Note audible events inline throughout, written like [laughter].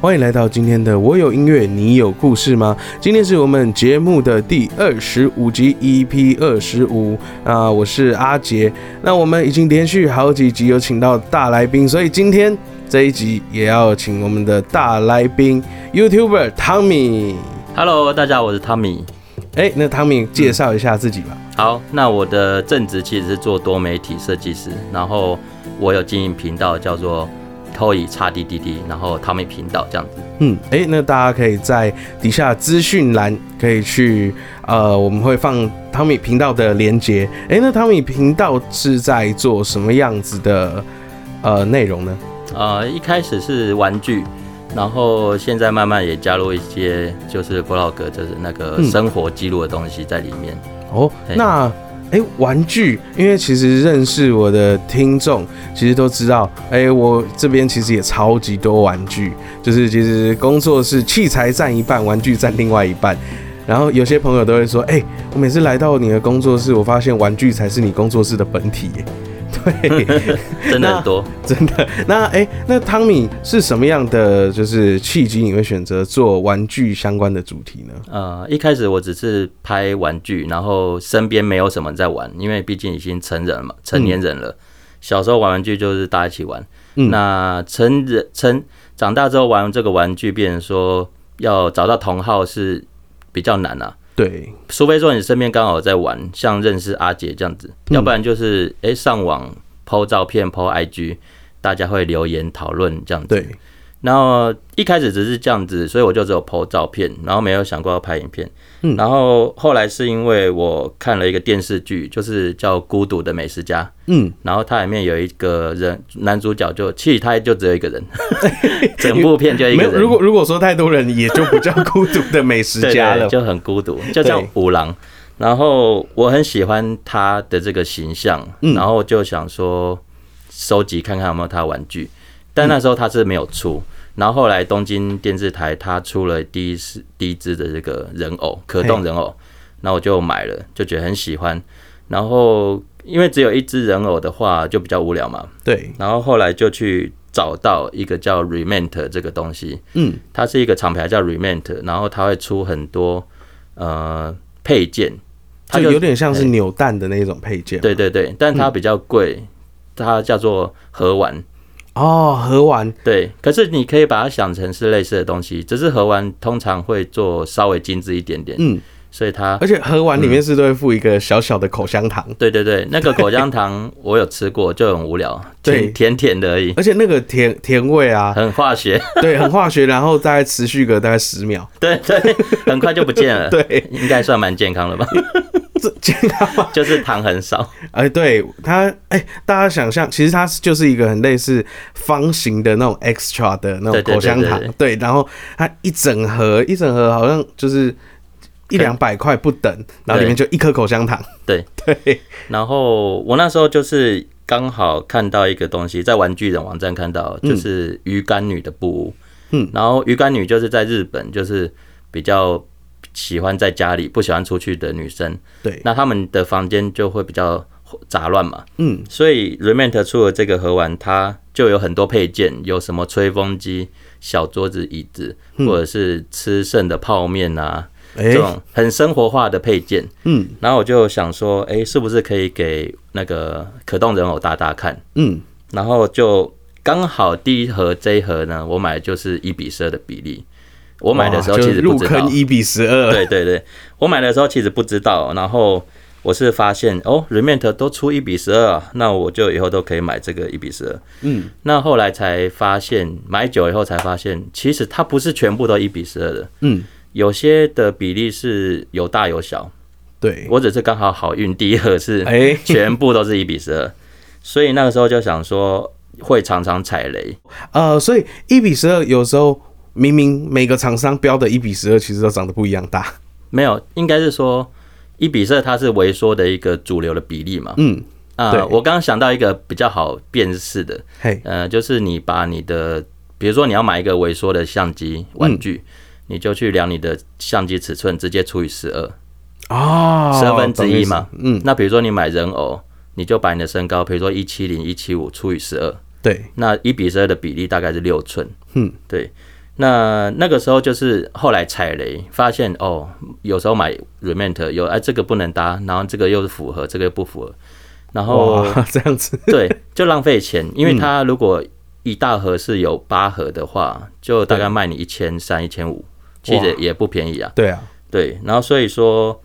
欢迎来到今天的《我有音乐，你有故事》吗？今天是我们节目的第二十五集，EP 二十五。那我是阿杰。那我们已经连续好几集有请到大来宾，所以今天这一集也要请我们的大来宾 YouTuber 汤米。 Hello，大家好，我是汤米。哎，那汤米介绍一下自己吧。好，那我的正职其实是做多媒体设计师，然后我有经营频道叫做 Toy 叉 D D D，然后汤米频道这样子。嗯，哎，那大家可以在底下资讯栏可以去，呃，我们会放汤米频道的连接。哎，那汤米频道是在做什么样子的呃内容呢？呃，一开始是玩具，然后现在慢慢也加入一些就是 vlog，就是那个嗯生活记录的东西在里面。哦，嘿那哎，玩具，因为其实认识我的听众其实都知道，哎，我这边其实也超级多玩具，就是其实工作室器材占一半，玩具占另外一半。然后有些朋友都会说，哎、我每次来到你的工作室，我发现玩具才是你工作室的本体耶。 [laughs] 对，真的很多。真的。那哎、那汤米是什么样的就是契机，你会选择做玩具相关的主题呢？呃，一开始我只是拍玩具，然后身边没有什么人在玩，因为毕竟已经成人了嘛，成年人了。小时候玩玩具就是大家一起玩，嗯那成人成长大之后玩这个玩具，变成说要找到同好是比较难啊。对，除非说你身边刚好有在玩，像认识阿杰这样子，嗯要不然就是诶上网 PO 照片、PO IG，大家会留言讨论这样子。对，然后一开始只是这样子，所以我就只有 PO 照片，然后没有想过要拍影片。嗯然后后来是因为我看了一个电视剧，就是叫《孤独的美食家》，嗯，然后它里面有一个人，男主角就其实他就只有 [laughs] 一个人，整部片就一没有。个人。如果如果说太多人，也就不叫孤独的美食对家了。对，就很孤独，就叫对五郎。然后我很喜欢他的这个形象，嗯然后就想说收集看看有没有他的玩具，但那时候他是没有出。然后后来东京电视台他出了第一次第一只的这个人偶可动人偶，那我就买了，就觉得很喜欢。然后因为只有一只人偶的话就比较无聊嘛，对，然后后来就去找到一个叫 Remint 这个东西，嗯，它是一个厂牌叫 Remint，然后它会出很多呃配件，它就就有点像是扭蛋的那种配件。对对对，但它比较贵，它叫做盒玩。哦，盒玩，对，可是你可以把它想成是类似的东西，只是盒玩通常会做稍微精致一点点，嗯，所以它而且盒玩里面是都会附一个小小的口香糖，对对对，那个口香糖我有吃过，就很无聊， [laughs] 对甜甜甜的而已，而且那个甜甜味 [laughs] 啊，很化学，对，很化学，然后大概持续个大概十秒。对对，很快就不见 [laughs] 了，对，应该算蛮健康的吧，这健康吗？就是糖很少，哎、对它，哎、大家想象，其实它是就是一个很类似方形的那种 extra 的那种对对口香糖，对对，然后它一整盒一整盒好像就是一两百块不等，然后里面就一颗口香糖，对对，然后我那时候就是刚好看到一个东西，在玩具人网站看到，嗯就是鱼干女的布屋。嗯，然后鱼干女就是在日本，就是比较喜欢在家里，不喜欢出去的女生。对，那她们的房间就会比较杂乱嘛。嗯，所以 Remint 出了这个盒玩，它就有很多配件，有什么吹风机、小桌子、椅子，嗯或者是吃剩的泡面啊，哎、这种很生活化的配件。嗯然后我就想说，哎、是不是可以给那个可动人偶打打看？嗯，然后就刚好第一盒这一盒呢，我买的就是一比十二的比例。我买的时候哇其就实入不知道坑，一比十 [laughs] 二，对对对，我买的时候其实不知道。然后我是发现哦 r e m i n t 都出一比十二、啊，那我就以后都可以买这个一比十二。嗯，那后来才发现，买久以后才发现，其实它不是全部都一比十二的，嗯，有些的比例是有大有小。对，我只是刚好好运，第一盒是哎、 [laughs] 全部都是一比十二，所以那个时候就想说会常常踩雷。呃，所以一比十二有时候明明每个厂商标的一比十二其实都长得不一样大，没有，应该是说一比十二它是微缩的一个主流的比例嘛。嗯，啊、对我刚刚想到一个比较好辨识的，嘿，呃，就是你把你的，比如说你要买一个微缩的相机玩具。嗯你就去量你的相机尺寸，直接除以十二。哦，十二分之一嘛懂意思，嗯，那比如说你买人偶，你就把你的身高，比如说一七零、一七五除以十二，对，那一比十二的比例大概是六寸，嗯，对。那那个时候就是后来踩雷，发现哦，有时候买 Remint 有哎这个不能搭，然后这个又符合，这个又不符合，然后哇， [laughs] 这样子，对，就浪费钱，因为它如果一大盒是有八盒的话，就大概卖你一千三、一千五，其实也也不便宜啊。对啊，对，然后所以说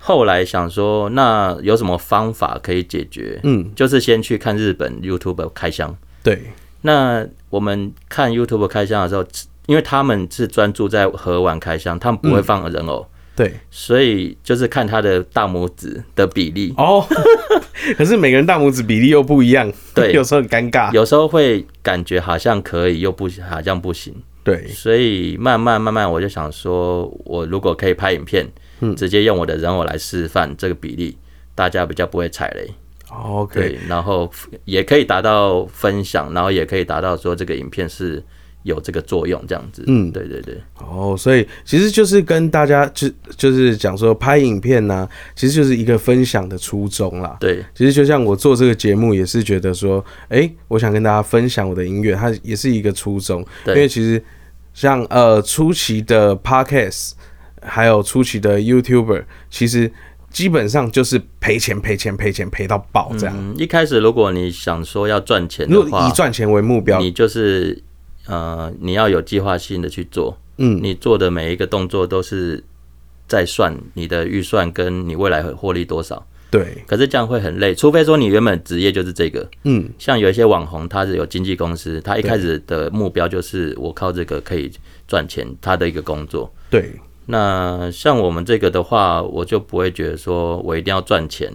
后来想说，那有什么方法可以解决？嗯，就是先去看日本 YouTube 开箱。对，那我们看 YouTube 开箱的时候，因为他们是专注在盒玩开箱，他们不会放人偶，对，所以就是看他的大拇指的比例。哦， [laughs] 可是每个人大拇指比例又不一样，对 [laughs] 有时候很尴尬，有时候会感觉好像可以，又不好像不行，对，所以慢慢慢慢，我就想说，我如果可以拍影片，嗯直接用我的人偶来示范这个比例，大家比较不会踩雷。哦 OK，对，然后也可以达到分享，然后也可以达到说这个影片是有这个作用这样子。嗯对对对，哦，所以其实就是跟大家就就是讲说拍影片呐、其实就是一个分享的初衷啦。对其实就像我做这个节目，也是觉得说，哎、我想跟大家分享我的音乐，它也是一个初衷。因对为其实像呃初期的 podcast，还有初期的 YouTuber，其实基本上就是赔钱赔钱赔钱赔到爆这样。嗯，一开始如果你想说要赚钱如的果话以，赚钱为目标，你就是呃，你要有计划性的去做，嗯，你做的每一个动作都是在算你的预算跟你未来会获利多少。对，可是这样会很累，除非说你原本职业就是这个，嗯，像有一些网红，他是有经纪公司，他一开始的目标就是我靠这个可以赚钱，他的一个工作。对，那像我们这个的话，我就不会觉得说我一定要赚钱，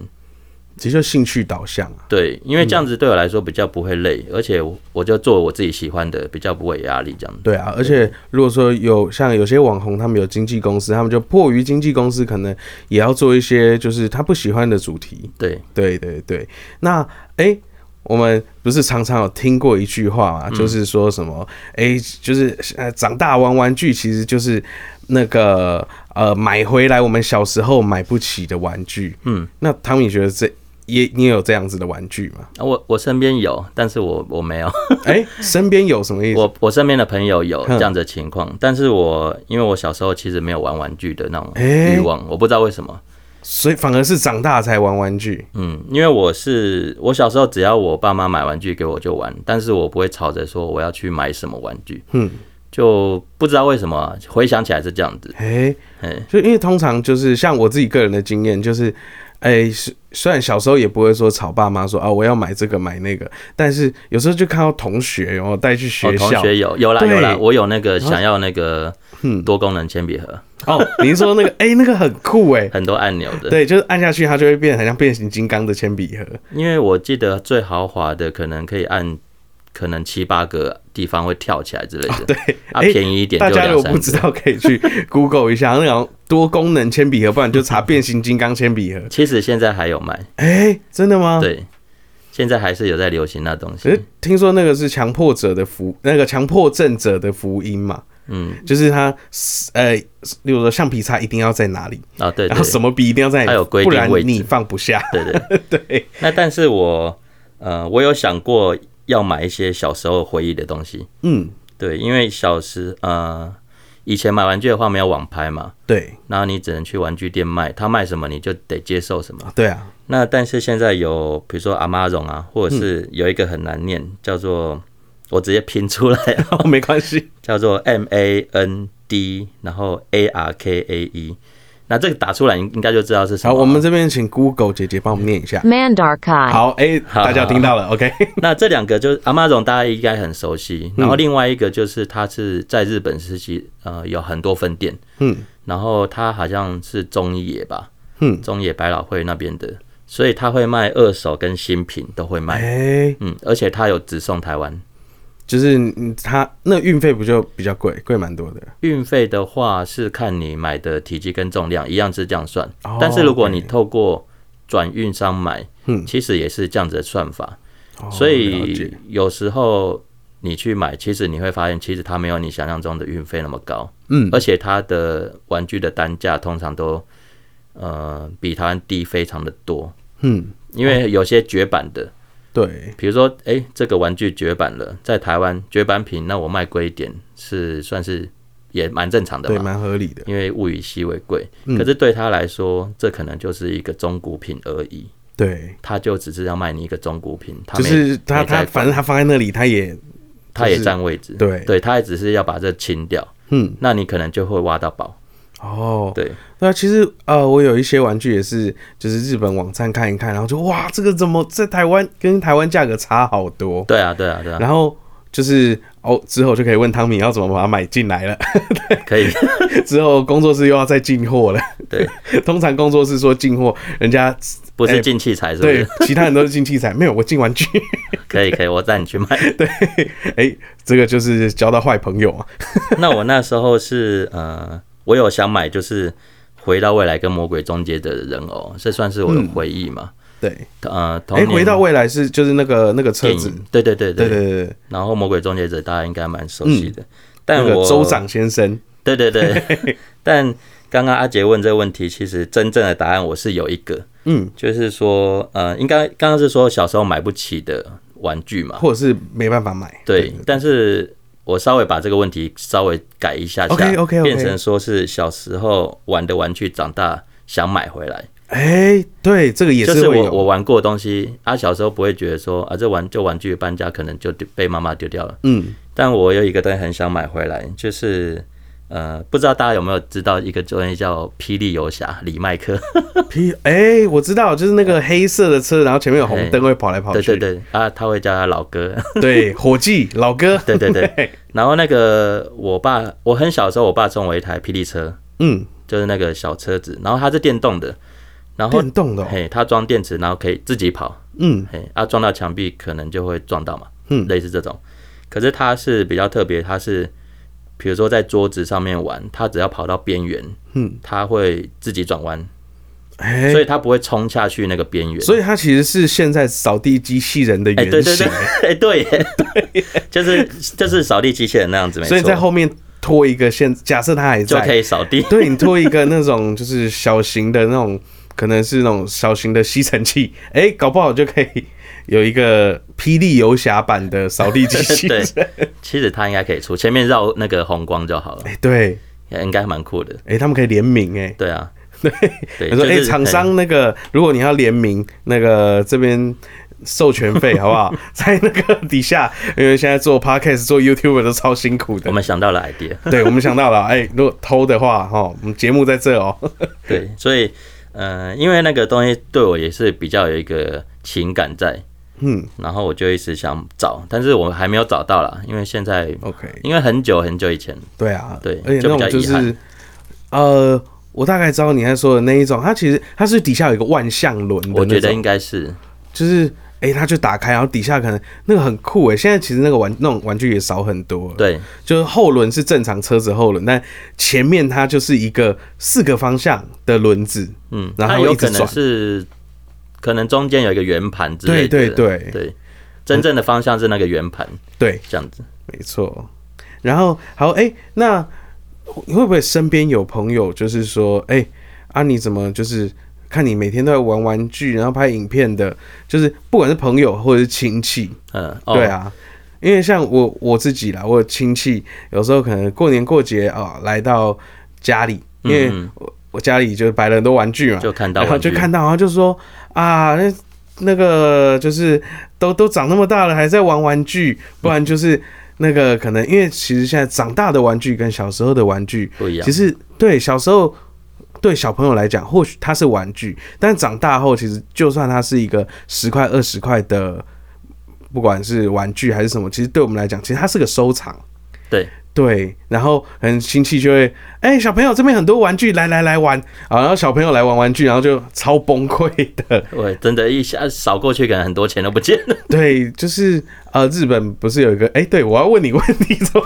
其实就兴趣导向啊。对，因为这样子对我来说比较不会累，而且我我就做我自己喜欢的，比较不会有压力这样。对啊，而且如果说有像有些网红，他们有经纪公司，他们就迫于经纪公司，可能也要做一些就是他不喜欢的主题。对，对对对，那哎、诶我们不是常常有听过一句话嘛，就是说什么哎、诶就是呃，长大玩玩具其实就是那个呃，买回来我们小时候买不起的玩具。嗯，那汤米觉得这也你也有这样子的玩具 [laughs] 吗？啊我我身边有，但是我我没有， [laughs] 哎、身边有什么意思？我我身边的朋友有哼这样的情况，但是我因为我小时候其实没有玩玩具的那种哎欲望，我不知道为什么。所以反而是长大才玩玩具。嗯，因为我是我小时候，只要我爸妈买玩具给我就玩，但是我不会吵着说我要去买什么玩具，嗯，就不知道为什么啊、回想起来是这样子。哎、哎，就因为通常就是像我自己个人的经验，就是，哎、虽虽然小时候也不会说吵爸妈说啊我要买这个买那个，但是有时候就看到同学然后带去我、学哦同校，学有有啦对有啦，我有那个后想要那个嗯多功能铅笔盒，哦，您说那个哎、那个很酷哎、很多按钮的。对，就是按下去它就会变得很像变形金刚的铅笔盒，因为我记得最豪华的可能可以按，可能七八个地方会跳起来之类的。对，啊，哎便宜一点大就家两如果三不知个。道可以去 [laughs] Google 一下那种多功能铅笔盒，不然就查变形金刚铅笔盒。其实现在还有卖，哎、真的吗？。对，现在还是有在流行那东可是西。听说那个是强迫者的福，那个强迫症者的福音嘛。嗯，就是它呃，例如说橡皮擦一定要在哪里，啊，对然后对什么笔一定要在哪它有里，规不定然位置你放不下。对对对，那但是我呃，我有想过要买一些小时候回忆的东西，嗯，对，因为小时呃，以前买玩具的话没有网拍嘛，对，然后你只能去玩具店卖，他卖什么你就得接受什么。啊对 [laughs] 啊，那但是现在有比如说 Amazon 啊，或者是有一个很难念，叫做我直接拼出来，啊哦，没关系， [laughs] 叫做 M A N D，然后 A R K A E。那这个打出来，你应该就知道是什好，么了。我们这边请 Google 姐姐帮我们念一下。 Mandarkai. 好，哎，嗯好大家听到了，OK？ [laughs] 那这两个就是 Amazon 大家应该很熟悉，嗯然后另外一个就是它是在日本时期呃有很多分店，嗯然后它好像是中野吧，嗯，中野百老汇那边的，所以它会卖二手跟新品都会卖，哎，嗯，而且它有直送台湾。就是嗯它那运费不就比较贵，贵蛮多的。运费的话是看你买的体积跟重量，一样是这样算哦。但是如果你 OK 透过转运商买，嗯其实也是这样子的算法。哦所了解以有时候你去买，其实你会发现，其实它没有你想象中的运费那么高，嗯而且它的玩具的单价通常都呃比台湾低非常的多，嗯，因为有些绝版的，对，比如说，哎、这个玩具绝版了，在台湾绝版品，那我卖贵一点是算是也蛮正常的对，嘛，蛮合理的。因为物以稀为贵。嗯可是对他来说，这可能就是一个中古品而已，对，他就只是要卖你一个中古品，他就没、是他他没在管反正他放在那里，他也他也是占位置，对对，他也只是要把这清掉，嗯那你可能就会挖到宝，哦，对，那其实呃，我有一些玩具也是，就是日本网站看一看，然后就哇，这个怎么在台湾跟台湾价格差好多？对啊，对啊，对啊，然后就是哦，之后就可以问汤米要怎么把它买进来了。 [laughs] 可以，之后工作室又要再进货了。对，通常工作室说进货，人家不哎是进器材是不对是？其他人都是进器材，没有我进玩具。可以，可以，我带你去买。 [laughs] 哎、这个就是交到坏朋友啊。那我那时候是呃，我有想买就是《回到未来》跟《魔鬼终结者》的人偶，这算是我的回忆嘛？对，呃，童嗯哎、年回到未来是就是那个那个车电子，影，对对对对对。对对对，然后《魔鬼终结者》大家应该蛮熟悉的，但那我个州，长先生，对 [laughs] 对对。但刚刚阿杰问这个问题，其实真正的答案我是有一个，嗯，就是说呃，应该刚刚是说小时候买不起的玩具嘛？或者是没办法买。对，但是。我稍微把这个问题稍微改一下下 OK，OK，OK 变成说是小时候玩的玩具，长大想买回来，哎、对，这个也就是会我我有，玩过的东西啊，小时候不会觉得说啊，这玩就玩具搬家可能就丢被妈妈丢掉了。嗯，但我有一个东西很想买回来，就是呃，不知道大家有没有知道一个东西叫《霹雳游侠》李麦克， [laughs] 皮，哎、我知道，就是那个黑色的车，然后前面有红灯会跑来跑 [laughs] 对去，对对啊，他会叫他老哥， [laughs] 对，伙计老哥，对对 [laughs] 对。然后那个我爸，我很小的时候，我爸送我一台霹雳车，嗯，就是那个小车子，然后它是电动的，然后电动的哦、嘿，它装电池，然后可以自己跑，嗯，嘿，啊，撞到墙壁可能就会撞到嘛，嗯类似这种。可是它是比较特别，它是比如说在桌子上面玩，它只要跑到边缘，嗯，它会自己转弯，哎、所以它不会冲下去那个边缘。所以它其实是现在扫地机器人的哎、对原对型，对，哎、对耶， [laughs] 就是就是扫地机器人那样子，没所以在错，后面拖一个现，假设它还就可在，以扫地。对你拖一个那种就是小型的那种，可能是那种小型的吸尘器，哎、搞不好就可以有一个霹雳游侠版的扫地机 [laughs] 器人 [laughs] 对，其实它应该可以出，前面绕那个红光就好了，哎、对，应该蛮酷的。哎、他们可以联名、哎。对啊，对你说，就哎、是厂很商那个，如果你要联名，那个这边授权 [laughs] 费好不好？在那个底下，因为现在做 podcast、做 YouTube 都超辛苦的我。们想到了 [laughs] idea。对，我们想到了，哎、如果偷的话，哈，我们节目在这 [laughs] 哦、对，所以呃，因为那个东西对我也是比较有一个情感在，嗯然后我就一直想找，但是我还没有找到啦，因为现在，OK，因为很久很久以前，对啊，对而且那种就就比较遗憾是，呃，我大概知道你在说的那一种，它其实它是底下有一个万向轮的我那觉得种，应该是就是哎、它就打开，然后底下可能那个很酷哎、现在其实那个玩那种玩具也少很多了，对就是后轮是正常车子后轮，但前面它就是一个四个方向的轮子，嗯，然后它会一有直可能转是可能中间有一个圆盘之类的，对对对对，真正的方向是那个圆盘对，这样子。没错。然后好，哎、那你会不会身边有朋友就是说，哎、啊，你怎么就是看你每天都在玩玩具，然后拍影片的，就是不管是朋友或者是亲戚，嗯，哦、对，啊。因为像我我自己啦，我有亲戚有时候可能过年过节啊、来到家里，因为嗯，我家里就摆了很多玩具嘛，就看到啊然后玩具就看到，然后就说啊，那那个就是都都长那么大了，还在玩玩具，不然就是那个可能因为其实现在长大的玩具跟小时候的玩具，不一样其，实对小时候对小朋友来讲，或许它是玩具，但长大后其实就算它是一个十块二十块的，不管是玩具还是什么，其实对我们来讲，其实它是个收藏。对对，然后可能亲戚就会，哎、小朋友这边很多玩具，来来来玩啊，然后小朋友来玩玩具，然后就超崩溃的。我真的一下扫过去，可能很多钱都不 [laughs] 见了。对，就是呃，日本不是有一个，哎、对我要问你问题， [laughs] 怎么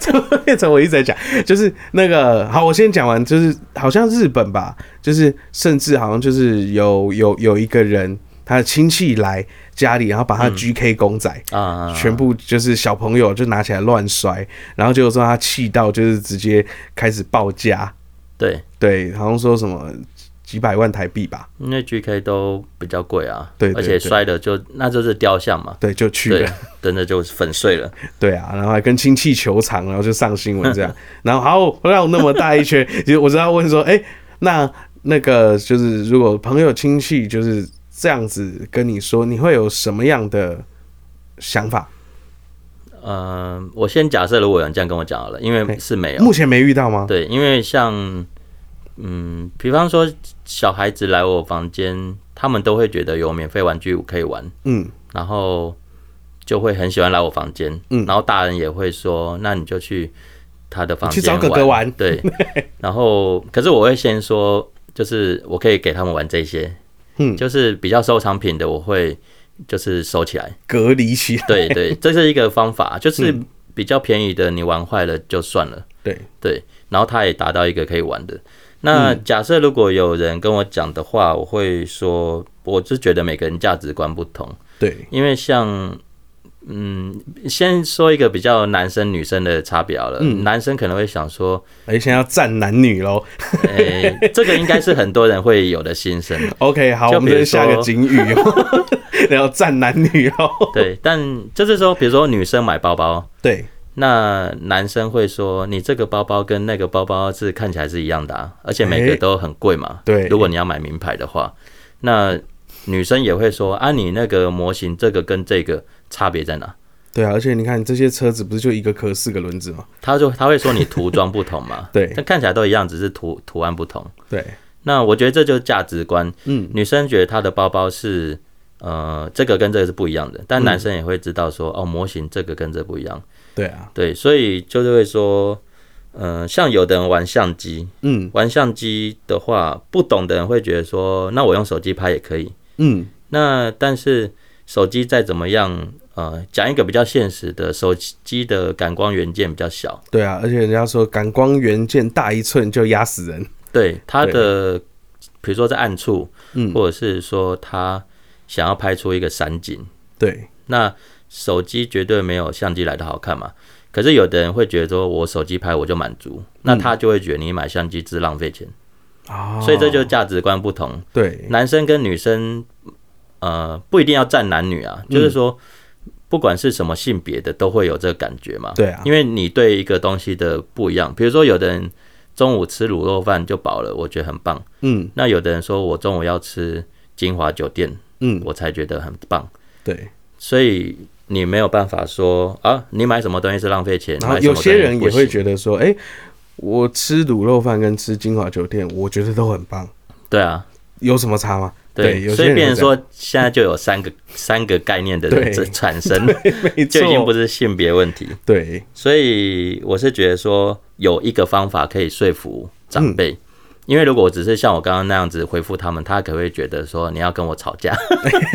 怎么变成我一直在讲，就是那个好，我先讲完，就是好像日本吧，就是甚至好像就是有有有一个人，他的亲戚来家里，然后把他 GK 公仔。嗯啊，全部就是小朋友就拿起来乱摔，然后结果说他气到就是直接开始爆炸，对，对，好像说什么几百万台币吧，因为 GK 都比较贵啊，对对而且摔了就那就是雕像嘛，对，就去对了，，真的就粉碎了。对啊，然后还跟亲戚求偿，然后就上新闻这样， [laughs] 然后好绕那么大一圈， [laughs] 其实我知道问说，哎、那那个就是如果朋友亲戚就是这样子跟你说，你会有什么样的想法？嗯，我先假设如果有人这样跟我讲好了，因嘿为是没有，目前没遇到吗？对，因为像嗯，比方说小孩子来我房间，他们都会觉得有免费玩具可以玩，嗯，然后就会很喜欢来我房间，嗯然后大人也会说，那你就去他的房你去间找哥哥玩 [laughs] 对，然后可是我会先说，就是我可以给他们玩这些，嗯就是比较收藏品的，我会就是收起来，隔离期， [laughs] 对对，这是一个方法，就是嗯比较便宜的，你玩坏了就算了。对对，然后它也达到一个可以玩的。那嗯假设如果有人跟我讲的话，我会说，我是觉得每个人价值观不同，对，因为像，嗯，先说一个比较男生女生的差别好了，嗯男生可能会想说， [laughs] 哎、现在要站男女喽。诶、这个应该是很多人会有的心声，哦 [laughs] OK，好，就我们比这如是下个说警语 [laughs] 哦， [laughs] 然后站男女哦。对，但就是说，比如说女生买包包，对，那男生会说，你这个包包跟那个包包是看起来是一样的、啊，而且每诶个都很贵嘛。对如果你要买名牌的话，那女生也会说啊，你那个模型这个跟这个差别在哪？对啊，而且你看这些车子不是就一个壳四个轮子吗？。他就他会说你涂装不同嘛 [laughs] 对但看起来都一样，只是图图案不同。对，那我觉得这就是价值观。嗯，女生觉得她的包包是呃这个跟这个是不一样的，但男生也会知道说、哦，模型这个跟这不一样。对啊，对，所以就是会说，嗯、像有的人玩相机，嗯玩相机的话，不懂的人会觉得说，那我用手机拍也可以。嗯，那但是手机再怎么样，呃，讲一个比较现实的，手机的感光元件比较小，对啊，而且人家说感光元件大一寸就压死人。对它的，比如说在暗处，嗯，或者是说它想要拍出一个散景，对那手机绝对没有相机来的好看嘛。可是有的人会觉得说，我手机拍我就满足，嗯那他就会觉得你买相机是浪费钱，啊，所以这就是价值观不同。对男生跟女生，呃，不一定要站男女嗯啊，就是说，不管是什么性别的，都会有这个感觉嘛。对啊，因为你对一个东西的不一样，比如说有的人中午吃卤肉饭就饱了，我觉得很棒；嗯那有的人说我中午要吃金华酒店，嗯，我才觉得很棒。对，所以你没有办法说啊，你买什么东西是浪费钱，然后买什么啊有东西些人也不会行觉得说，哎、我吃卤肉饭跟吃金华酒店，我觉得都很棒，对啊。有什么差吗？对，有所些以人变成会这样说，现在就有三个三个概念 [laughs] 的对产生，没就已经不错，是性别问题。对，所以我是觉得说，有一个方法可以说服长辈，嗯因为如果我只是像我刚刚那样子回复他们，他可能会觉得说你要跟我吵架。 [laughs]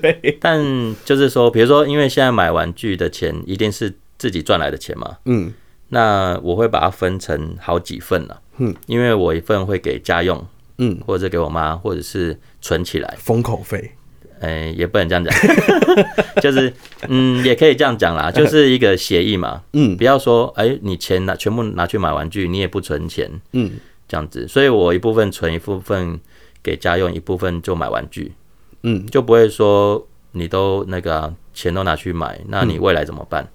对，但就是说，比如说，因为现在买玩具的钱一定是自己赚来的钱嘛，嗯那我会把它分成好几份了、嗯，因为我一份会给家用，嗯，或者是给我妈，或者是存起来。封口费，哎、也不能这样讲， [laughs] 就是嗯，也可以这样讲啦，就是一个协议嘛。嗯不要说，哎、你钱拿全部拿去买玩具，你也不存钱嗯这样子，所以我一部分存，一部分给家用，一部分就买玩具，嗯，就不会说你都那个啊、钱都拿去买，那嗯你未来怎么办？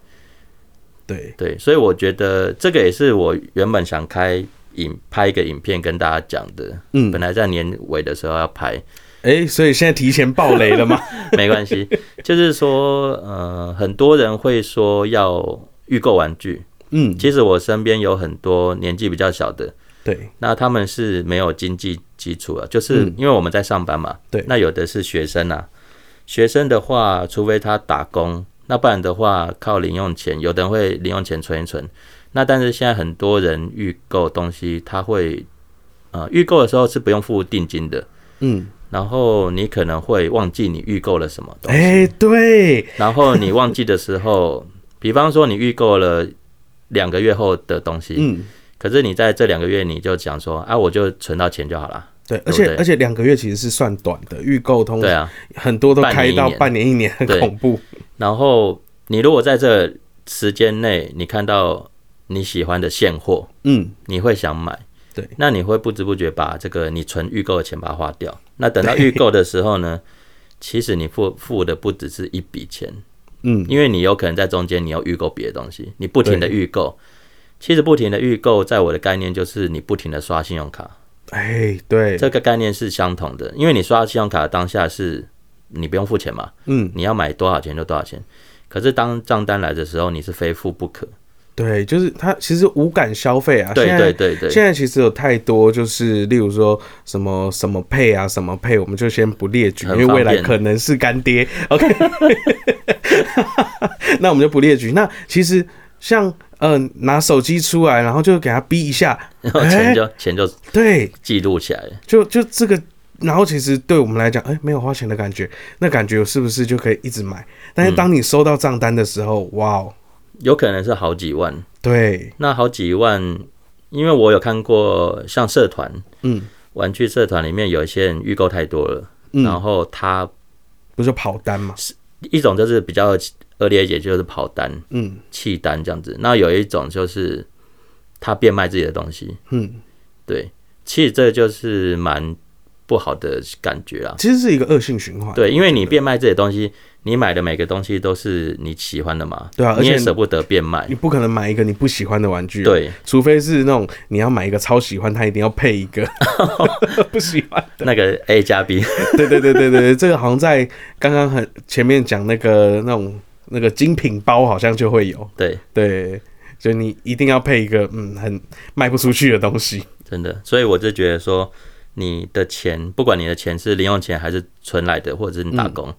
对，对，所以我觉得这个也是我原本想开影拍一个影片跟大家讲的，嗯本来在年尾的时候要拍，哎、所以现在提前爆雷 [laughs] 了吗？没关 [laughs] 系，就是说，呃，很多人会说要预购玩具，嗯，其实我身边有很多年纪比较小的。对那他们是没有经济基础啊，就是嗯因为我们在上班嘛。对那有的是学生啊，学生的话，除非他打工，那不然的话靠零用钱，有的人会零用钱存一存。那但是现在很多人预购东西，他会呃预购的时候是不用付定金的，嗯，然后你可能会忘记你预购了什么东 [laughs] 西，哎、对，然后你忘记的时候，比方说你预购了两个月后的东西，嗯，可是你在这两个月你就讲说啊，我就存到钱就好了。对，而对不且对而且两个月其实是算短的，预购通对啊，很多都开到半半年一年，很对恐怖。然后你如果在这时间内你看到你喜欢的现货，嗯，你会想买。对，那你会不知不觉把这个你存预购的钱把它花掉。那等到预购的时候呢，其实你付付的不只是一笔钱，嗯，因为你有可能在中间你要预购别的东西，你不停的预购。其实不停的预购，在我的概念就是你不停的刷信用卡，哎，对，这个概念是相同的。因为你刷信用卡的当下是你不用付钱嘛，嗯，你要买多少钱就多少钱。可是当账单来的时候，你是非付不可。 [laughs] 对，就是它其实无感消费啊，对现在对对对，现在其实有太多，就是例如说什么什么配啊，什么配，我们就先不列举，因很为未来方便可能是干爹。OK，那我们就不列举。那其实像呃拿手机出来，然后就给他逼一下，然后钱就钱就对，记录起来了。就就这个。然后其实对我们来讲，哎，没有花钱的感觉，那感觉是不是就可以一直买？但嗯是当你收到账单的时候，哇哦，有可能是好几万。对，那好几万，因为我有看过像社团嗯玩具社团里面有一些人预购太多了，然嗯，后他不是跑单嘛，一种哦就是比较恶劣一点，就是跑单、嗯弃单这样子。那有一种就是他变卖自己的东西，嗯，对，其实这就是蛮不好的感觉啊。其实是一个恶性循环，对，因为你变卖自己的东西，你买的每个东西都是你喜欢的嘛，对啊而你也且舍不得变卖你，不可能买一个你不喜欢的玩具，，啊对，除非是那种你要买一个超喜欢，它一定要配一 [laughs] 个不喜欢。那个 A 加 B，对对对对对对，这个好像在刚刚很前面讲那个那种那个精品包好像就会有，对，对，就你一定要配一个嗯很卖不出去的东西，真的，所以我就觉得说，你的钱，不管你的钱是零用钱还是存来的，或者是你打嗯工，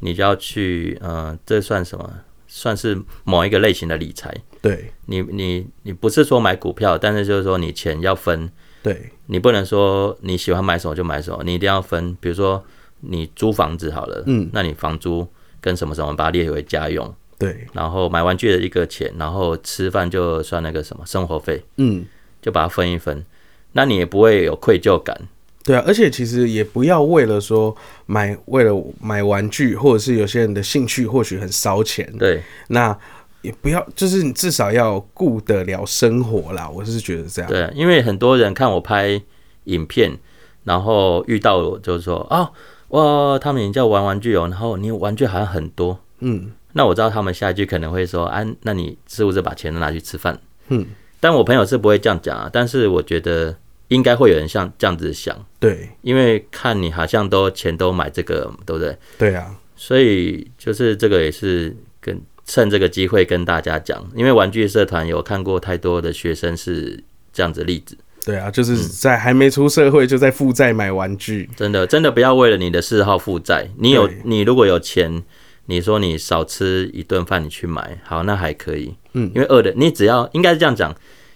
你就要去，呃，这算什么？算是某一个类型的理财。对你你你不是说买股票，但是就是说你钱要分，对，你不能说你喜欢买什么就买什么，你一定要分。比如说你租房子好了，嗯那你房租跟什么什么把它列为家用，对，然后买玩具的一个钱，然后吃饭就算那个什么生活费，嗯。就把它分一分，那你也不会有愧疚感。对啊，而且其实也不要为了说买为了买玩具，或者是有些人的兴趣或许很烧钱，对，那也不要，就是你至少要顾得了生活啦。我是觉得这样。对，因为很多人看我拍影片，然后遇到我就说啊、哇，他们你叫玩玩具哦，然后你玩具好像很多。嗯那我知道他们下一句可能会说，啊，那你是不是把钱都拿去吃饭？嗯，但我朋友是不会这样讲啊，但是我觉得应该会有人像这样子想，对因为看你好像都钱都买这个，对不对？对啊，所以就是这个也是跟趁这个机会跟大家讲，因为玩具社团有看过太多的学生是这样子例子。对啊，就是嗯在还没出社会就在负债买玩具。真的，真的不要为了你的嗜好负债。你有对，你如果有钱，你说你少吃一顿饭，你去买，好，那还可以。嗯因为饿的，你只要应该是这样讲，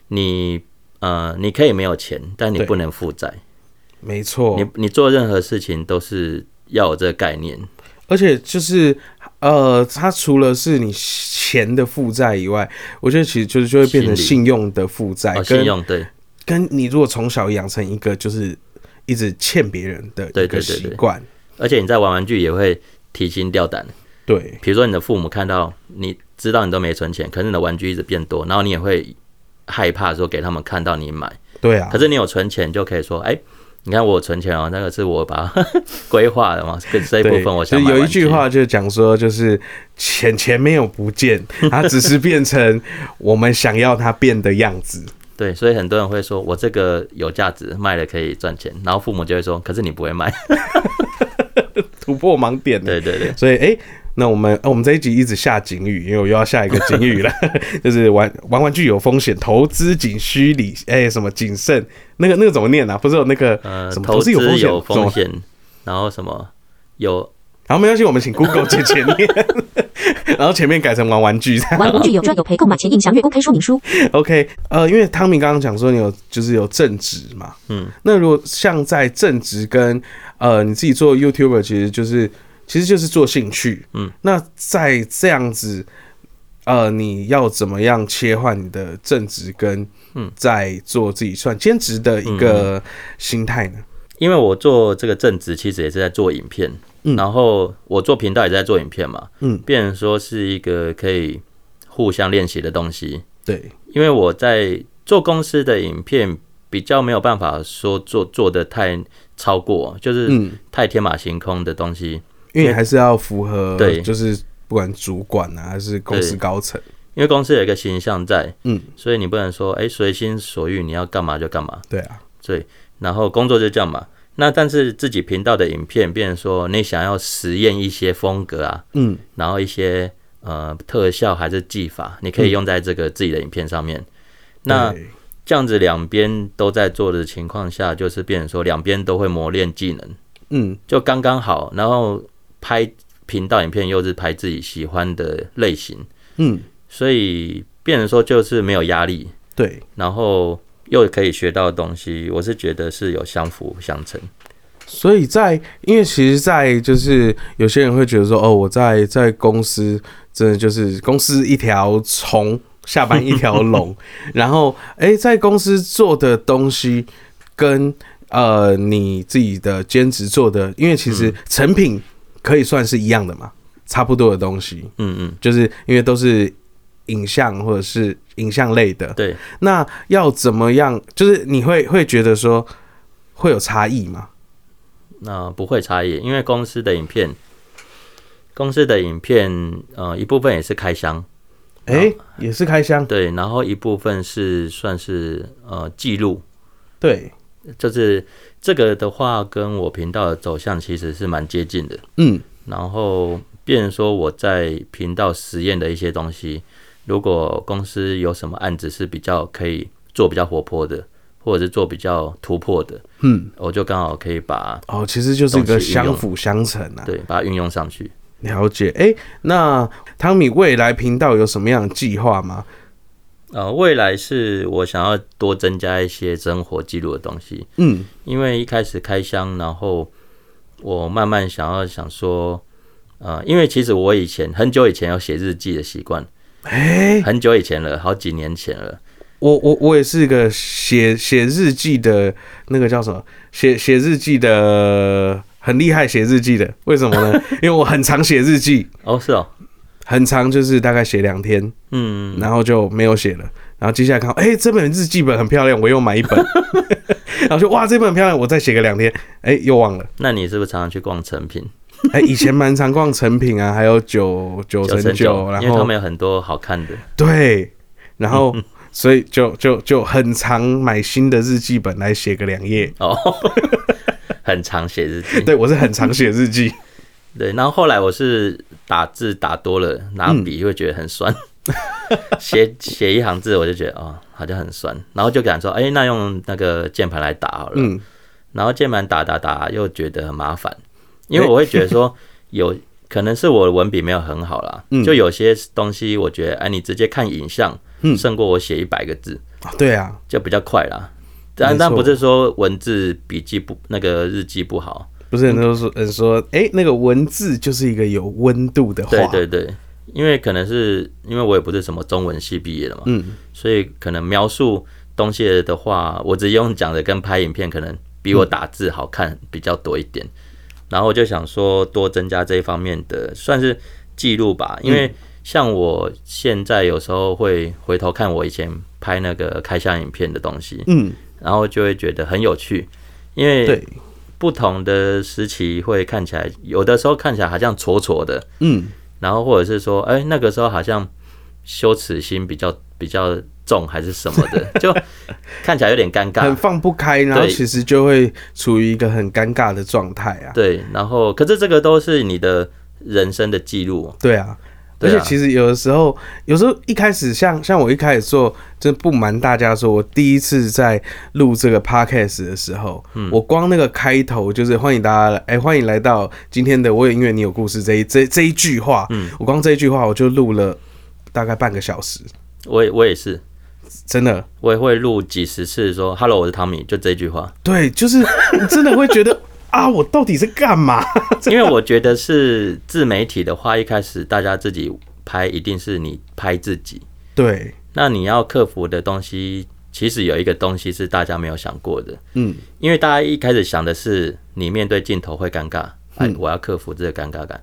你呃，你可以没有钱，但你对不能负债。没错，你你做任何事情都是要有这个概念。而且就是呃，它除了是你钱的负债以外，我觉得其实就是就会变成心信用的负债，哦，信跟用对跟你如果从小养成一个就是一直欠别人的对一个对对习对惯，而且你在玩玩具也会提心吊胆。对比如说你的父母看到你知道你都没存钱，可是你的玩具一直变多，然后你也会害怕说给他们看到你买。对啊可，是你有存钱，就可以说，哎、你看我有存钱哦，那个是我把它 [laughs] 规划的嘛，跟这一部对，分我就想是买有一玩具句，话就讲说，就是钱钱没有不见， [laughs] 它只是变成我们想要它变的样子。对，所以很多人会说我这个有价值，卖了可以赚钱，然后父母就会说，可是你不会卖， [laughs] 突破盲点呢。对对对，所以哎、诶那我们、呃我们这一集一直下警语，因为我又要下一个警语了， [laughs] 就是玩玩玩具有风险，投资仅需理哎、什么谨慎，那个那个怎么念啊？不是有那个呃，什么投资有风资险有怎风么险，然后什么有然后没关系，我们请 Google 姐姐念， [laughs] 然后前面改成玩玩具这样。玩玩具有赚有赔，购买前应详阅公开说明书。 OK，呃，因为汤米刚刚讲说你有就是有正职嘛，嗯，那如果像在正职跟呃你自己做 YouTuber，其实就是其实就是做兴趣，嗯，那在这样子，呃，你要怎么样切换你的正职跟嗯在做自己算兼职的一个心态呢？因为我做这个正职，其实也是在做影片，嗯然后我做频道也在做影片嘛，嗯变成说是一个可以互相练习的东西，对，因为我在做公司的影片比较没有办法说做做的太超过，就是嗯，太天马行空的东西。因为你还是要符合，对就是不管主管啊还是公司高层，因为公司有一个形象在，嗯，所以你不能说哎随心所欲，你要干嘛就干嘛。对啊，对，然后工作就这样嘛。那但是自己频道的影片，变成说你想要实验一些风格啊，嗯，然后一些呃特效还是技法，你可以用在这个自己的影片上面。那嗯对这样子两边都在做的情况下，就是变成说两边都会磨练技能，嗯，就刚刚好。然后拍频道影片又是拍自己喜欢的类型，嗯，所以变成说就是没有压力，对，然后又可以学到的东西，我是觉得是有相辅相成。所以在，因为其实，在就是有些人会觉得说，哦，我在在公司真的就是公司一条虫，下班一条龙，然后哎、诶在公司做的东西跟呃你自己的兼职做的，因为其实成品可以算是一样的嘛，差不多的东西，嗯嗯，就是因为都是影像或者是影像类的，对，那要怎么样？就是你会会觉得说会有差异吗？那不会差异，因为公司的影片，公司的影片，呃，一部分也是开箱，哎、也是开箱，对，然后一部分是算是呃记录，对，就是这个的话，跟我频道的走向其实是蛮接近的。嗯，然后，变成说我在频道实验的一些东西，如果公司有什么案子是比较可以做比较活泼的，或者是做比较突破的，嗯，我就刚好可以把哦，其实就是一个东西运用相辅相成啊。对把它运用上去。了解。哎、那汤米未来频道有什么样的计划吗？呃，未来是我想要多增加一些生活记录的东西，嗯，因为一开始开箱，然后我慢慢想要想说，呃，因为其实我以前很久以前有写日记的习惯，哎、很久以前了，好几年前了，我我我也是一个写写日记的那个叫什么？写写日记的很厉害，写日记的，为什么 [laughs] 呢？因为我很常写日记，哦，是哦，很长，就是大概写两天，嗯，然后就没有写了。然后接下来看，哎、这本日记本很漂亮，我又买 [laughs] 一本。然后就哇，这本很漂亮，我再写个两天，哎、又忘了。那你是不是常常去逛成品、哎、以前蛮常逛成品啊，还有九九九成九，因为然他后们有很多好看的，对，然 [laughs] 后所以就就就很常买新的日记本来写个两页。 [laughs] 哦，很常写日记，对我是很常写日 [laughs] 记，对，然后后来我是打字打多了，拿嗯笔会觉得很酸， [laughs] 写写一行字我就觉得哦，好像很酸，然后就敢说，哎、那用那个键盘来打好了。嗯，然后键盘打打打又觉得很麻烦，因为我会觉 [laughs] 得说有可能是我的文笔没有很好啦，嗯就有些东西我觉得，哎，你直接看影像嗯胜过我写一百个字，对啊，就比较快啦。没但但错不是说文字笔记不那个日记不好，不是很多说嗯人说，哎、那个文字就是一个有温度的话，对对对，因为可能是因为我也不是什么中文系毕业的嘛，嗯，所以可能描述东西的话，我直接用讲的跟拍影片可能比我打字好看比较多一点。然后我就想说，多增加这一方面的算是记录吧，因嗯为像我现在有时候会回头看我以前拍那个开箱影片的东西，嗯，然后就会觉得很有趣，因为对，不同的时期会看起来，有的时候看起来好像挫挫的，嗯，然后或者是说，哎、那个时候好像羞耻心比较比较重，还是什么的， [laughs] 就看起来有点尴很尬。放不开，然后对其实就会处于一个很尴尬的状态啊。对，然后可是这个都是你的人生的记录，对啊，而对啊且其实有的时候，有时候一开始像像我一开始做，真不瞒大家说，我第一次在录这个 podcast 的时候，嗯我光那个开头就是欢迎大家来，哎、欢迎来到今天的我有音乐，你有故事这一这这一句话，嗯我光这一句话我就录了大概半个小时，我也我也是，真的。我也会录几十次说 “hello，我是汤米”，就这句话，对，就是你真的会觉得 [laughs] 啊，我到底在干嘛？因为我觉得是自媒体的话，一开始大家自己拍，一定是你拍自己，对，那你要克服的东西，其实有一个东西是大家没有想过的，嗯，因为大家一开始想的是你面对镜头会尴尬，嗯哎，我要克服这个尴尬感。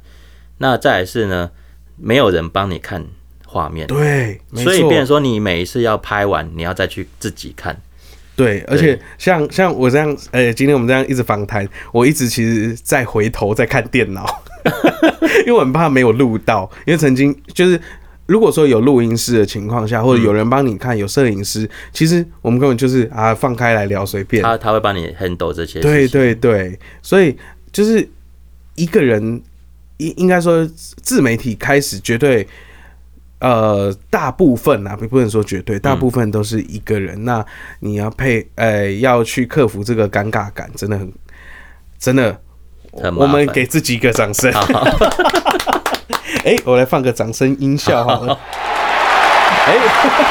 那再来是呢，没有人帮你看画面，对，没所以变成错，说你每一次要拍完，你要再去自己看，对，而且像像我这样，呃，今天我们这样一直访谈，我一直其实在回头在看电脑， [laughs] 因为我很怕没有录到，因为曾经就是。如果说有录音师的情况下，或者有人帮你看，有摄影师，其实我们根本就是啊放开来聊，随便。他他会帮你 handle 这些事情。对对对，所以就是一个人应应该说自媒体开始绝对。呃，大部分啊，不能说绝对，大部分都是一个人。那你要配，呃，要去克服这个尴尬感，真的很，真的，很麻我们烦给自己一个掌声。哎、我来放个掌声音效好了。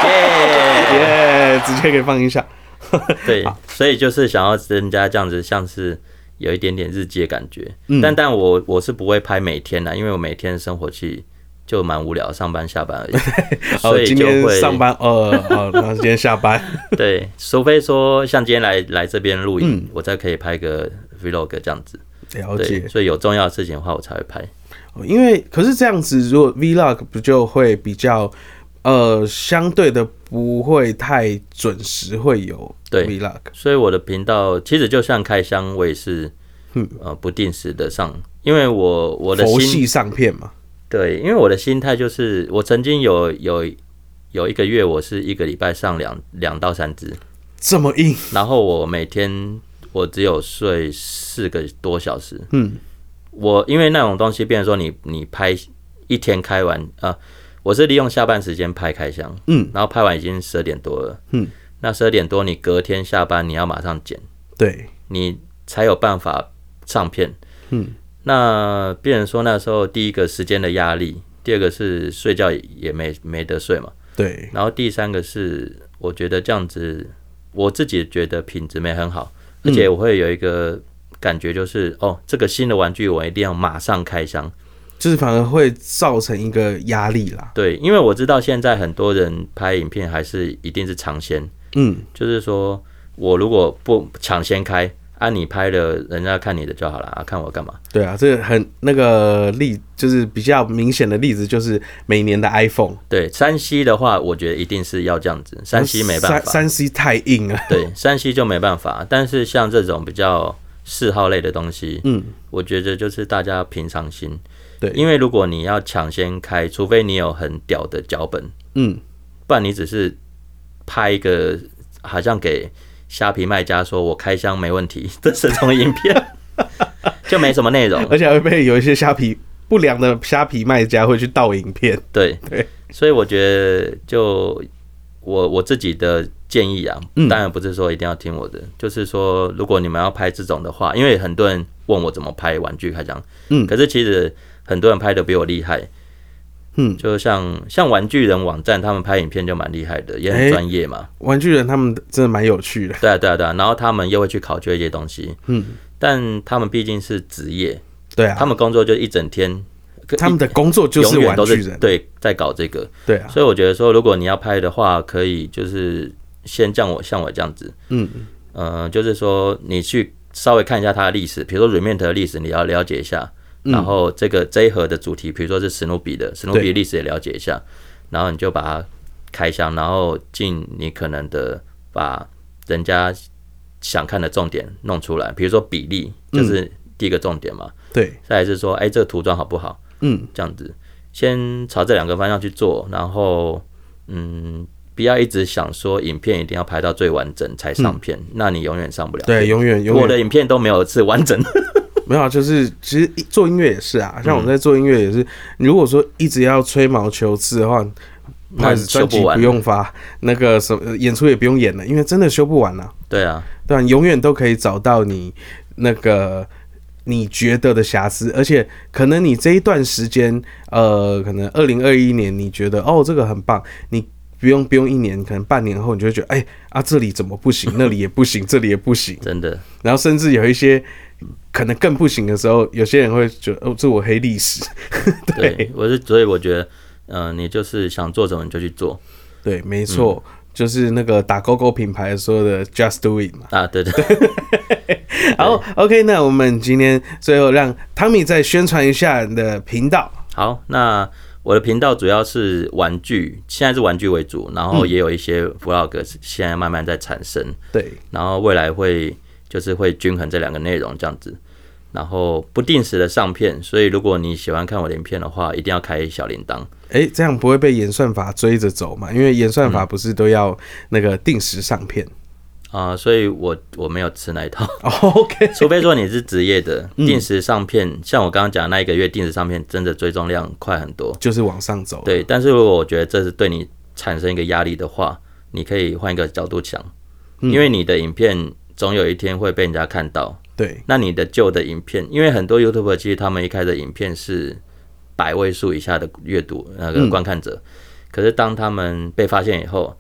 耶耶、直接给放音效。 [laughs] 对，所以就是想要增加这样子，像是有一点点日记的感觉。嗯但但我我是不会拍每天啊的，因为我每天生活其实就蛮无聊，上班下班 [laughs] 而已，所哦，以今就天会上班，哦哦，然后今天下班。 [laughs] 对，除非说像今天来来这边录影，我再可以拍个 vlog 这样子。嗯了解对，。所以有重要的事情的话，我才会拍。哦因为可是这样子，如果 vlog 不就会比较呃相对的不会太准时，会有对 vlog 所以我的频道其实就像开箱，我也是嗯，呃不定时的上，因为我我的佛心系上片嘛。对，因为我的心态就是，我曾经有有有一个月，我是一个礼拜上两两到三支，这么硬，然后我每天我只有睡四个多小时。嗯，我因为那种东西，变成说你你拍一天开完啊、我是利用下班时间拍开箱，嗯，然后拍完已经十二点多了，嗯，那十二点多你隔天下班你要马上剪，对，你才有办法上片。嗯，那变成说那时候第一个时间的压力，第二个是睡觉也没没得睡嘛，对，然后第三个是我觉得这样子我自己觉得品质没很好，嗯而且我会有一个感觉就是、哦，这个新的玩具我一定要马上开箱。就是反而会造成一个压力啦。对，因为我知道现在很多人拍影片还是一定是尝鲜，嗯，就是说我如果不抢先开，啊你拍了人家看你的就好了，啊看我干嘛？对啊，这个很那个例，就是比较明显的例子，就是每年的 iPhone，对，山西的话，我觉得一定是要这样子，山西没办三法，三 C 太硬了。对，山西就没办法。但是像这种比较嗜好类的东西，嗯，我觉得就是大家平常心。对因为如果你要抢先开，除非你有很屌的脚本，嗯，不然你只是拍一个好像给虾皮卖家说我开箱没问题 [laughs] 这是种影片，就没什么内容。而且还会被有一些虾皮不良的虾皮卖家会去盗影片。对对，所以我觉得就我我自己的建议啊，嗯当然不是说一定要听我的，就是说如果你们要拍这种的话，因为很多人问我怎么拍玩具开箱，嗯可是其实很多人拍的比我厉害，嗯，就像像玩具人网站他们拍影片就蛮厉害的，也哎很专业嘛，玩具人他们真的蛮有趣的。对啊对啊对啊，然后他们又会去考究一些东西，嗯，但他们毕竟是职业，对啊，他们工作就一整天。他们的工作就是永远玩都具是人，对，啊在搞这个，对啊，所以我觉得说，如果你要拍的话，可以就是先像我像我这样子，嗯，呃，就是说你去稍微看一下它的历史，比如说 Remint 的历史，你要了解一下。然后这个这一盒的主题，比如说是史努比的，史努比历史也了解一下，然后你就把它开箱，然后尽你可能的把人家想看的重点弄出来，比如说比例，这是第一个重点嘛。对，再来是说，哎，这个涂装好不好？嗯，这样子，先朝这两个方向去做，然后嗯，不要一直想说影片一定要拍到最完整才上片，那你永远上不了。对，，永远永我的远影片都没有是完整的。 [laughs] 没有啊，就是其实一做音乐也是嗯啊，像我们在做音乐也是，如果说一直要吹毛求疵的话。那那修专不辑完不用发，那个什么演出也不用演了，因为真的修不完了、啊，对啊，对、啊，永远都可以找到你那个你觉得的瑕疵，而且可能你这一段时间，呃，可能二零二一年你觉得哦这个很棒，你不用不用一年，可能半年后你就会觉得，哎、啊这里怎么不行，那里也不行，这里也不行，真的，然后甚至有一些可能更不行的时候，有些人会觉得哦这我黑历史，对，我是所以我觉得，嗯、你就是想做什么你就去做对，没错。就是那个打勾勾品牌说的 “Just Do It” 嘛，啊，对对好，OK，那我们今天最后让汤米再宣传一下你的频道。好，那我的频道主要是玩具，现在是玩具为主，然后也有一些 vlog，是现在慢慢在产生，对，然后未来会就是会均衡这两个内容这样子，然后不定时的上片，所以如果你喜欢看我的影片的话，一定要开小铃铛。哎、这样不会被演算法追着走嘛？因为演算法不是都要那个定时上片、啊、所以我我没有吃那一套， [laughs] 哦 OK，除非说你是职业的，定时上片，像我刚刚讲的那一个月定时上片，真的追踪量快很多。就是往上走。，对，但是如果我觉得这是对你产生一个压力的话，你可以换一个角度想，因为你的影片总有一天会被人家看到。对，那你的旧的影片，因为很多 YouTube 其实他们一开始的影片是百位数以下的阅读那个观看者，可是当他们被发现以后，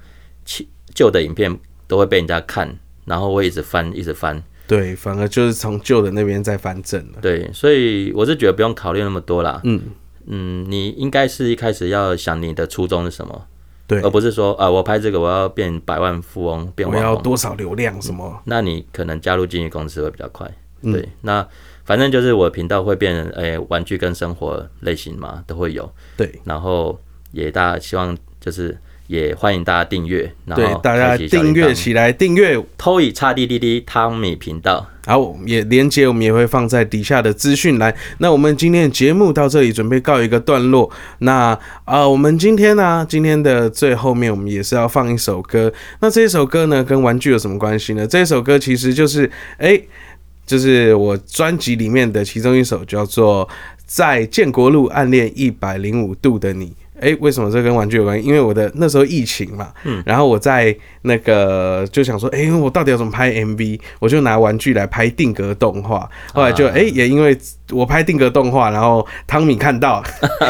其旧的影片都会被人家看，然后会一直翻，一直翻。对，反而就是从旧的那边再翻正了。对，所以我是觉得不用考虑那么多啦。嗯，嗯，你应该是一开始要想你的初衷是什么，对而，不是说啊，我拍这个我要变百万富翁，变我要网红。多少流量什么？那你可能加入经纪公司会比较快。嗯对，那反正就是我的频道会变成诶、玩具跟生活类型嘛都会有，对然后也大家希望就是也欢迎大家订阅，然对后，大家开启小订铃阅铛起来，订阅。偷以叉滴滴滴汤米频道，好，也连接我们也会放在底下的资讯栏。那我们今天的节目到这里，准备告一个段落。那呃，我们今天呢、今天的最后面，我们也是要放一首歌。那这首歌呢，跟玩具有什么关系呢？这首歌其实就是，哎、就是我专辑里面的其中一首，叫做《在建国路暗恋一百零五度的你》。哎、为什么这跟玩具有关系？因为我的那时候疫情嘛，嗯，然后我在那个就想说，哎、我到底要怎么拍 MV？我就拿玩具来拍定格动画。后来就哎、也因为我拍定格动画，然后汤米看到，啊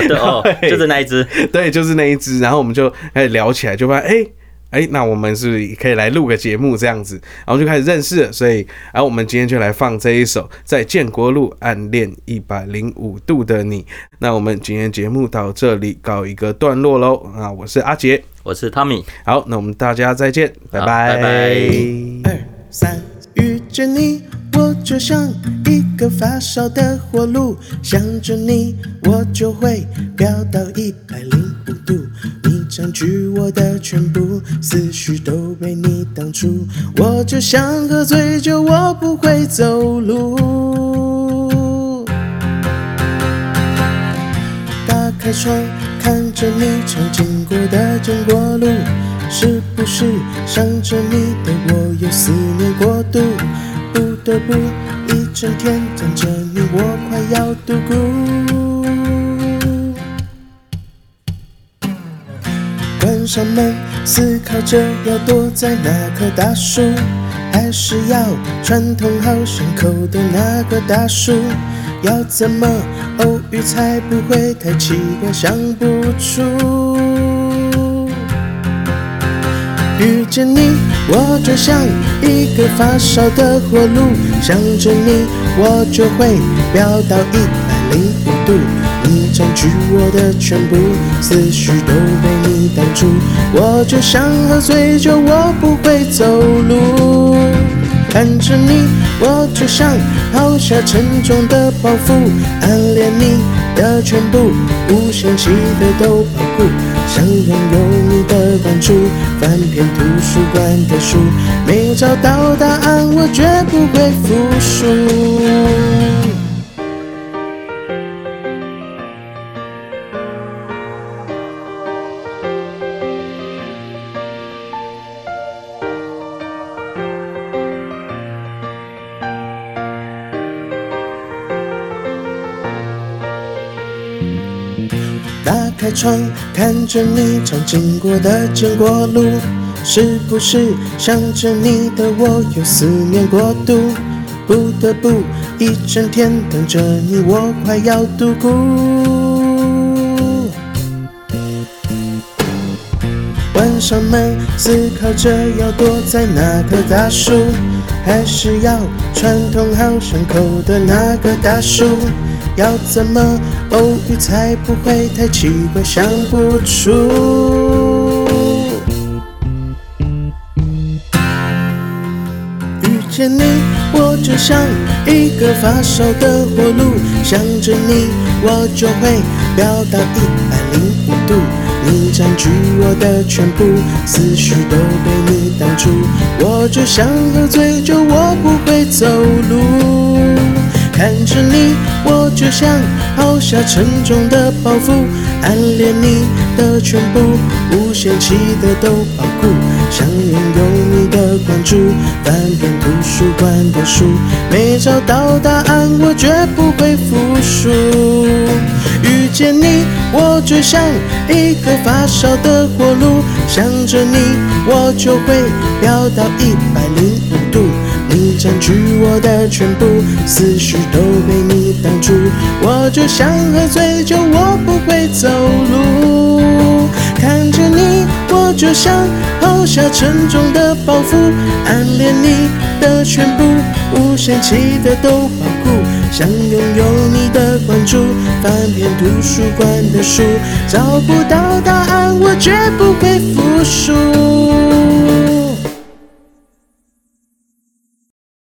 对 [laughs] 哦，就是那一只，对，就是那一只。然后我们就开始聊起来，就发现哎。哎，那我们是不是可以来录个节目这样子，然后就开始认识了。所以，然后我们今天就来放这一首《在建国路暗恋一百零五度的你》。那我们今天节目到这里告一个段落喽。啊，我是阿杰，我是汤米，好，那我们大家再见，拜好拜，拜拜二三，遇见你，我就像一个发烧的火炉，想着你，我就会飙到一百零五度。你占据我的全部，思绪都被你挡住。我就像喝醉酒，我不会走路。打开窗，看着你常经过的建国路，是不是想着你的我有思念过度？不得不一整天想着你，我快要度孤。关上门，思考着要躲在哪棵大树，还是要穿通好伤口的那个大树？要怎么偶遇才不会太奇怪，想不出。遇见你，我就像一个发烧的火炉，想着你，我就会飙到一百零五度。你占据我的全部，思绪都被你挡住。我就像喝醉酒，我不会走路。看着你，我就像抛下沉重的包袱，暗恋你的全部，无限期的都保护，想拥有你的关注，翻遍图书馆的书，没找到答案，我绝不会服输。打开窗，看着你常经过的建国路，是不是想着你的我有思念过度？不得不一整天等着你，我快要度孤。关上门，思考着要躲在哪棵大树，还是要穿通好伤口的那个大树？要怎么偶遇才不会太奇怪，想不出。遇见你，我就像一个发烧的火炉，想着你，我就会飙到一百零五度。你占据我的全部，思绪都被你挡住。我就想喝醉酒，我不会走路。看着你，我就想抛下沉重的包袱，暗恋你的全部，无限期的都包括，想拥有你的关注，翻遍图书馆的书，没找到答案，我绝不会服输。遇见你，我就像一个发烧的火炉，想着你，我就会飙到一百零五度。你占据我的全部，思绪都被你挡住。我就像喝醉酒，我不会走路。看着你，我就想抛下沉重的包袱，暗恋你的全部，无限期的都保护。想拥有你的关注，翻遍图书馆的书，找不到答案，我绝不会服输。